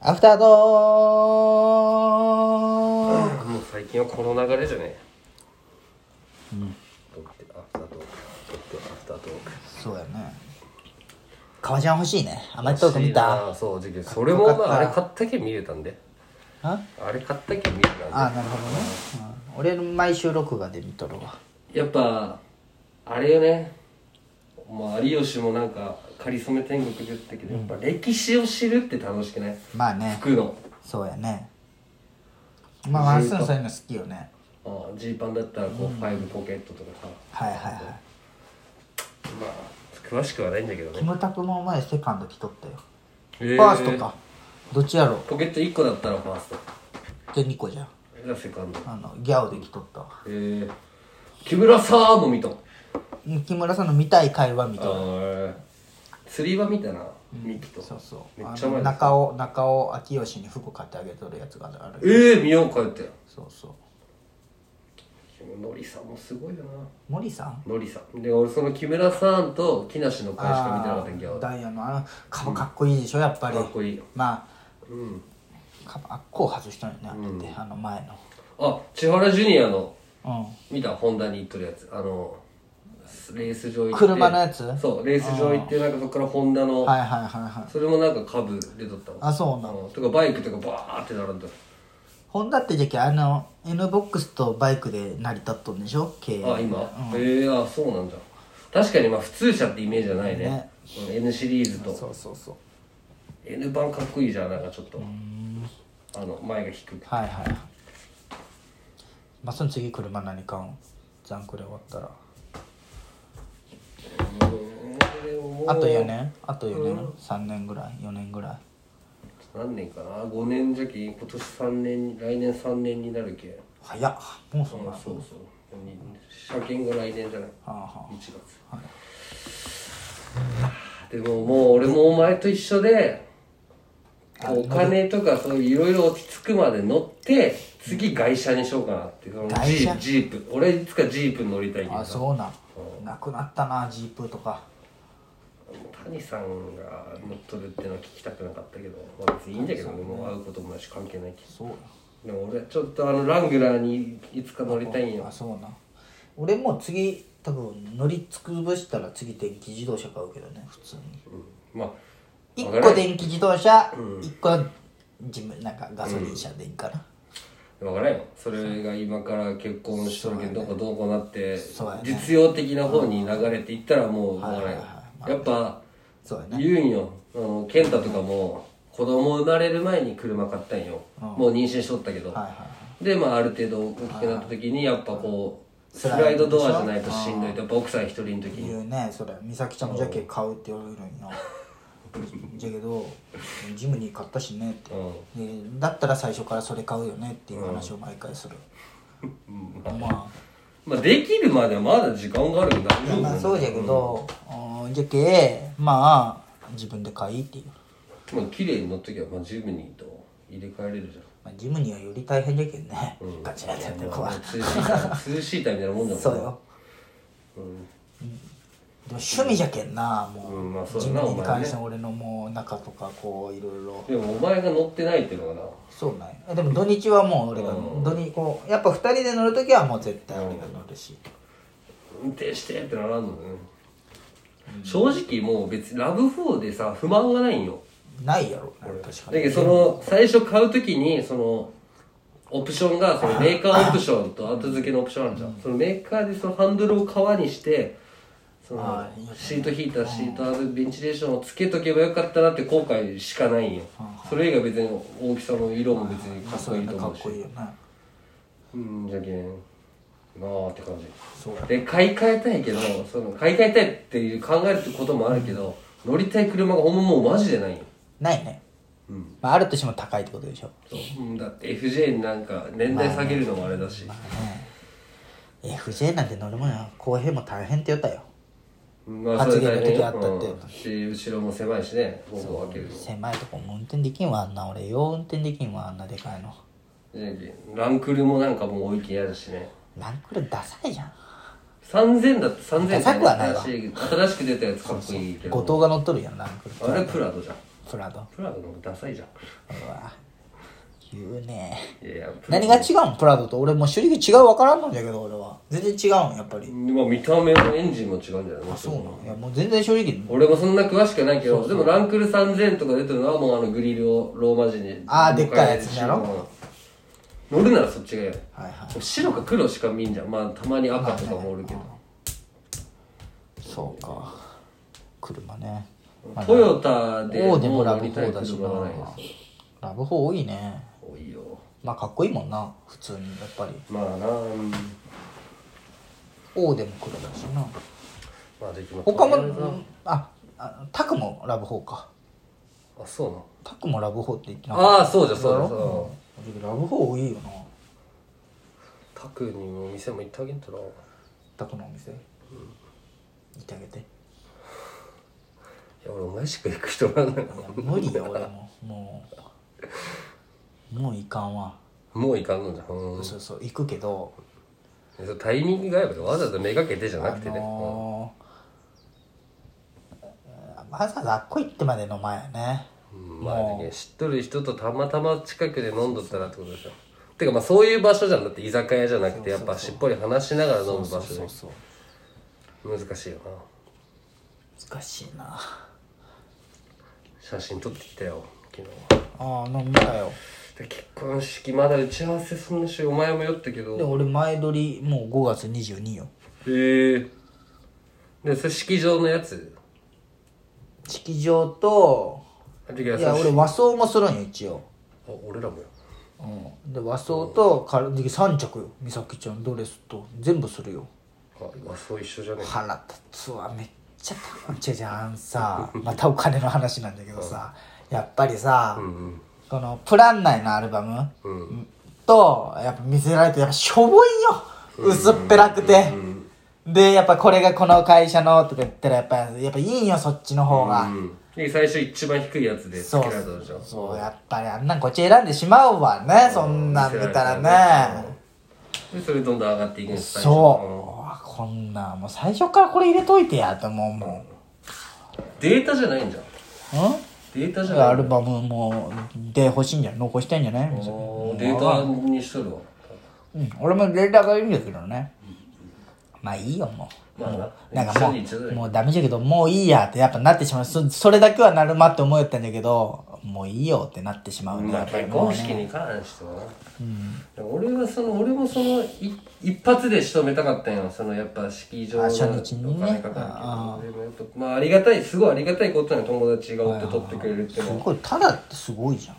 アフタートークもう最近はこの流れじゃねえ。うん。ってアフタートーク。撮ってアフタートーク。そうやね革ジャン欲しいねアマトーク見たあそう、時期。それもまあ、あれ買ったけ見れたんで。ああれ買ったけ見れたあんなるほどね、うん、俺毎週録画で見とるわで。やっぱ、あれよね。まあ、有吉もなんか、かりそめ天国言ったけど、やっぱ歴史を知るって楽しくないまあね服の。そうやねまあワンスンそういうの好きよねああジーパンだったらこう、ファイブポケットとかさ。はいはいはいまあ、詳しくはないんだけどキね。ムタクも前セカンド着とったよフファーストか。どっちやろうポケット1個だったらファースト。じゃあ2個じゃんじゃあセカンド。あのギャオで着とったわえー、木村さんも見た木村さんの見たい会話みたいなあ釣り場見たなミキとそうそうめっあちゃの前です中尾中尾明慶に服買ってあげとるやつがあるええー、見ようかってそうそうノリさんもすごいよな森さんノリさんで俺その木村さんと木梨の会しか見てなかったんやけあーどかダイヤのあの株かっこいいでしょやっぱりっこいいよまうんあかあっこを外したんよねあれって、あの前あ千原ジュニアのの見たホンダに行っとるやつあのレース場行って車のやつそうレース場行ってなんかそっからホンダうのんはいはいはいはいそれもなんか株出とったわあそうなのうんとかバイクとかバーって並んだホンダって時期あの N ボックスとバイクで成り立っとんでしょ経営あ今、ええあそうなんだ確かにまあ普通車ってイメージじゃないねねうん N シリーズとうそうそう N 版かっこいいじゃんなんかちょっとあの前が低くはいはいはいまあその次車何買うんザンクで終わったらあと4年あと4年、三3年ぐらい4年ぐらい何年かな5年じゃき今年3年に来年3年になるけ早っもうそんな、あそうそう車検が来年じゃなはいあは1月、でももう俺もお前と一緒でお金とかそういういろいろ落ち着くまで乗って次外車にしようかなってそのジ外車ージープ俺いつかジープ乗りたいけあどあさそうなんなくなったなジープとか谷さんが乗っとるってのは聞きたくなかったけど、まあ、別にいいんだけどねもう会うこともないし関係ないけそうどでも俺ちょっとあのラングラーにいつか乗りたいんあよそうなん俺もう次多分乗り尽くしたら次電気自動車買うけどね普通にうんまあ1個電気自動車、一1個は自分なんかガソリン車でいいかな、分からんよそれが今から結婚しとるけどどこどこなってそうやね実用的な方に流れていったらもう分からんよはいはいはいやっぱそうやね言うんよあの健太とかも子供生まれる前に車買ったんよもう妊娠しとったけどはいはいはいでまあある程度大きくなった時にやっぱこうスライドドアじゃないとしんどいとやっぱ奥さん一人の時に言うねそれ美咲ちゃんもジャケ買うって言われるのになじゃけどジムに買ったしねって、でだったら最初からそれ買うよねっていう話を毎回する、ままあできるまではまだ時間があるんだあ、まあそうじゃけど、うんじゃけまあ自分で買いっていう、まあ綺麗に乗っときゃまあ十分にと入れ替えれるじゃんまあ、ジムにはより大変じゃけんね、ガチガチやって怖い涼しいから涼しいタイみたいなもんだもんそうよ、でも趣味じゃけんなもう、うんまあそうジだムなに関しておは俺のもう中とかこういろいろでもお前が乗ってないっていうのがなそうなんやでも土日はもう俺が土日こうやっぱ2人で乗る時はもう絶対俺が乗るし、運転してってならんのね、正直もう別にラブ4でさ不満がないんよないやろな確かだけにどその最初買うときにそのオプションがそのメーカーオプションと後付けのオプションあるじゃん、そのメーカーでそのハンドルを革にしてそのあーいいよねシートヒーターシートアーベンチレーションをつけとけばよかったなって後悔しかないんよそれ以外別に大きさも色も別にまかあっそこういいういとのか思うっしこいいよなうんじゃけんなあって感じそうやで買い替えたいけどその買い替えたいっていう考えることもあるけど、乗りたい車がほんまもうマジでないよないね、うんまあ、あるとしても高いってことでしょそううんだって FJ になんか年代下げるのもあれだし、ね FJ なんて乗るもんや浩平も大変って言ったよま発言それの大変時あったってうんし後ろも狭いしね方向開けるの狭いとこも運転できんわあんな俺よう運転できんわあんなでかいのでランクルもなんかもう追い切りあるしねランクルダサいじゃん3000だって3000ダサくはないわ新しい新しく出たやつかっこいいけど後藤が乗っとるやんランクルあれプラドじゃんプラドプラドの方がダサいじゃんうわ言うねいやいやプラ何が違うんプラドと俺もう種類違う分からんのんだけど俺は全然違うんやっぱりまあ見た目もエンジンも違うんじゃないあそうなんいやもう全然正直俺もそんな詳しくないけどでもランクル3000とか出てるのはもうあのグリルをローマ字にあーでっかいやつやろうん乗るならそっちがいいよはいはい白か黒しか見んじゃんまあたまに赤とかもおるけどそうか車ねトヨタでオーデももうラ乗ブりホたいーだし車なはないですラブホー多いね多いよまあかっこいいもんな普通にやっぱりまあなうんオーデも黒だしなまあできます他もうんああタクもラブホーかあそうなタクもラブホーって言ってなかっああそうじゃそうじゃたそううんラブホー多いよなタクにも店も行ってあげんとなタクのお店行ってあげていいや俺お前しか行く人なんだや無理 よ俺ももうもういかんわもう行かんのじゃんうんそうそう行くけどえそうタイミングが合えばわざわざめがけてじゃなくてね、あのーわざわざあっこ行ってまでの前やねうんまあね知っとる人とたまたま近くで飲んどったらってことでしょてかまあそういう場所じゃんだって居酒屋じゃなくてやっぱしっぽり話しながら飲む場所でそう難しいよな難しいな写真撮ってきたよ昨ああ飲みたよ日で結婚式まだ打ち合わせそんなしお前も酔ったけでど俺前撮りもう5月22よへえでそれ式場のやつ式場とあてかいやそ俺和装もするんよ一応、あ俺らもようん、で和装とカラで3着よ美咲ちゃんドレスと全部するよあ和装一緒じゃねえか腹立つわめっちゃ高いじゃじゃんさ またお金の話なんだけどさやっぱりさ、うんこのプラン内のアルバム、うんうんとやっぱ見せられてやっぱしょぼいよ薄っぺらくて、でやっぱこれがこの会社のとか言ったらやっぱやっぱいいんよそっちの方が、うんで最初一番低いやつでそ付うけられたでしょそうやっぱりあんなんこっち選んでしまうわねそんなん見たらねでそれどんどん上がっていくんです最初そうこんなんもう最初からこれ入れといてやと思うもデータじゃないんじゃんんうんデータじゃだからアないルバムもで欲しいんじゃん残したいんじゃないみたいなおーデータにしとるわうん俺もレーダーがいいんだけどねまあいいよもうまあなんか一緒もに一緒う、だもようダメじゃけど、もういいやってやっぱなってしまう。そそれだけはなるまって思えたんだけど、もういいよってなってしまうね。まやあっぱり結もう婚式ね。に関してはな俺はその俺もそのい一発で仕留めたかったんよそのやっぱ式場のあ初日にねお金かかるけどでもやっぱまあありがたいすごいありがたいことなの友達がおって取ってくれるっていうすのはごい、ただってすごいじゃん。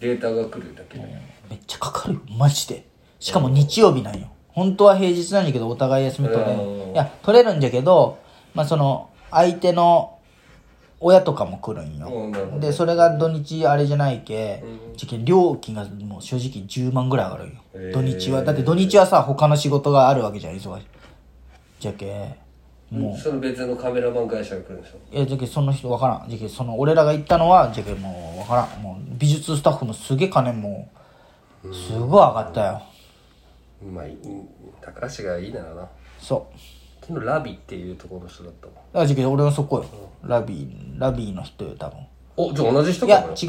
データが来るだけでめっちゃかかるよ、マジで。しかも日曜日なんよ。本当は平日なんだけど、お互い休み取れうる。んいや、取れるんじゃけど、まあその、相手の親とかも来るんよ。うんなるほどで、それが土日あれじゃないけう、じゃけ料金がもう正直10万ぐらい上がるんよ。へー土日は。だって土日はさ、他の仕事があるわけじゃん、忙しい。じゃけ、もう、その別のカメラマン会社が来るんでしょいやじゃけその人分からんじゃけその俺らが行ったのはじゃけもう分からんもう美術スタッフもすげえ金もうすごい上がったよまあいい高橋がいいならなそう昨日ラビっていうところの人だったわだからじゃけ俺はそこよラビーラビーの人よ多分おじゃあ同じ人いかやもよ違う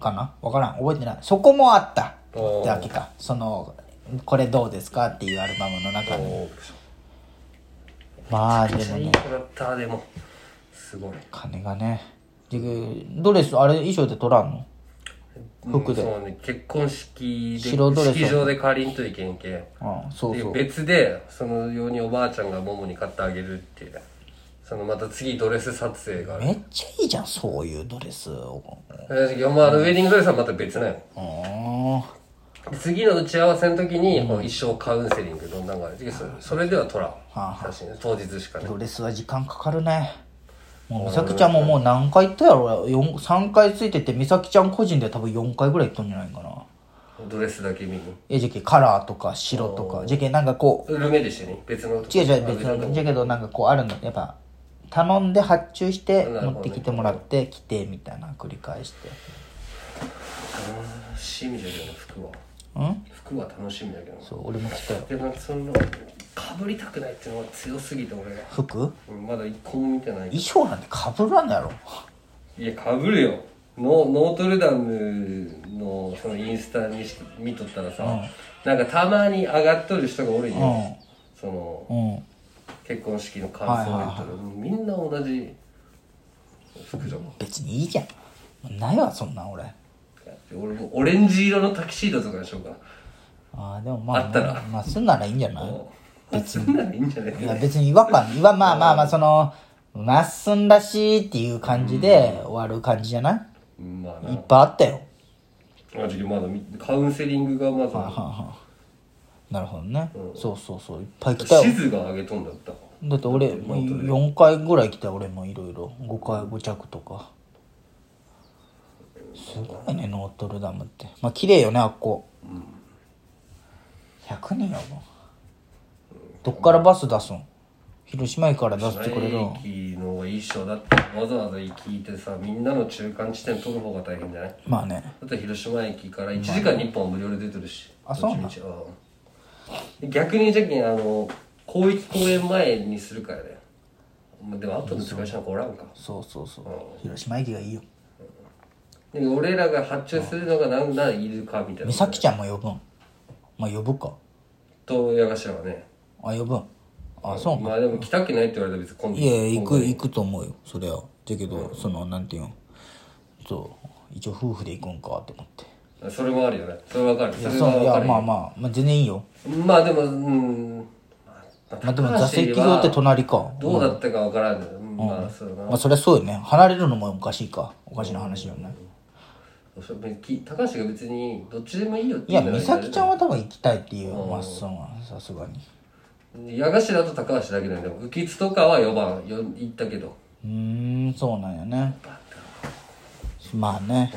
かな分からん覚えてないそこもあったおーってわけかそのこれどうですかっていうアルバムの中におーまあでめっちもゃいねい子だったでもすごい金がねじゃけドレスあれ衣装で取らんの服でうんそうね結婚式で白ドレス式場で借りんといけんけでうんそうそう別でそのようにおばあちゃんがももに買ってあげるっていうそのまた次ドレス撮影があるめっちゃいいじゃんそういうドレスを正直お前あのウェディングドレスはまた別なんようんで次の打ち合わせの時に、こう一生カウンセリングどんなんがあるでそそれでは撮らんあ写真当日しかねドレスは時間かかるねもう美咲ちゃんももう何回行ったやろ四3回ついてて美咲ちゃん個人で多分4回ぐらい行ったんじゃないかなドレスだけ見にえじゃけカラーとか白とかじゃけなんかこルメでしに別のう違う違う別にじゃけどなんかこうあるんだやっぱ頼んで発注してなるほど持ねってきてもらって来てみたいな繰り返して楽しみじゃけどな服はうん服は楽しみだけどなそう俺も来たよでもなんかそのかぶりたくないっていうのが強すぎて俺が服俺まだ一個も見てない衣装なんてかぶらんやろいやかぶるよノノートルダムのそのインスタ見し見とったらさ、なんかたまに上がっとる人がおるんよ、うんそのうん結婚式の感想を言ったはいはいら、みんな同じ服じゃん別にいいじゃんもうないわそんなん俺俺もオレンジ色のタキシードとかにしようかなああでもまああったらまあすんならいいんじゃない別にならいいんじゃないいや別に違和感違和まあまあまあそのまっすんらしいっていう感じで終わる感じじゃないうんまあいっなぱいあったよあちょっとまだみカウンセリングがまずはあはあはあなるほどね、そうそうそういっぱい来たよ地図が上げとんだっただって俺4回ぐらい来たよ俺もいろいろ5回5着とかすごいねノートルダムってまあ綺麗よねあっこ、100人やもどっからバス出すん広島駅から出してくれるん駅の方がいいっしょだってわざわざ行きってさみんなの中間地点取る方が大変じゃないまあねだって広島駅から1時間に1本無料で出てるしあそうなんどっちみちうん逆にじゃけんあの広域公園前にするからだよまあでも後で使いしなんかおらんかそうそうそう広島駅がいいよで俺らが発注するのが何だいるかみたいな美咲ちゃんも呼ぶんまあ呼ぶかと矢頭はねあ呼ぶんあそうまあでも来たくないって言われたら別に今度いやいや行く行くと思うよそれはだけど、そのなんていうんそう一応夫婦で行くんかって思ってそれもあるよねそれわかるそれそはういわかやるまあまあ、まあ、全然いいよまあでもうんままあでも座席用って隣かどうだったかわからんけどうんまあそうだなまあそりゃそうよね離れるのもおかしいかおかしな話よねそれき高橋が別にどっちでもいいよっていや言うなら美咲ちゃんは多分行きたいっていうまっすんはさすがに矢頭と高橋だけなんでも浮津とかは4番よ行ったけどうーんそうなんやねまあね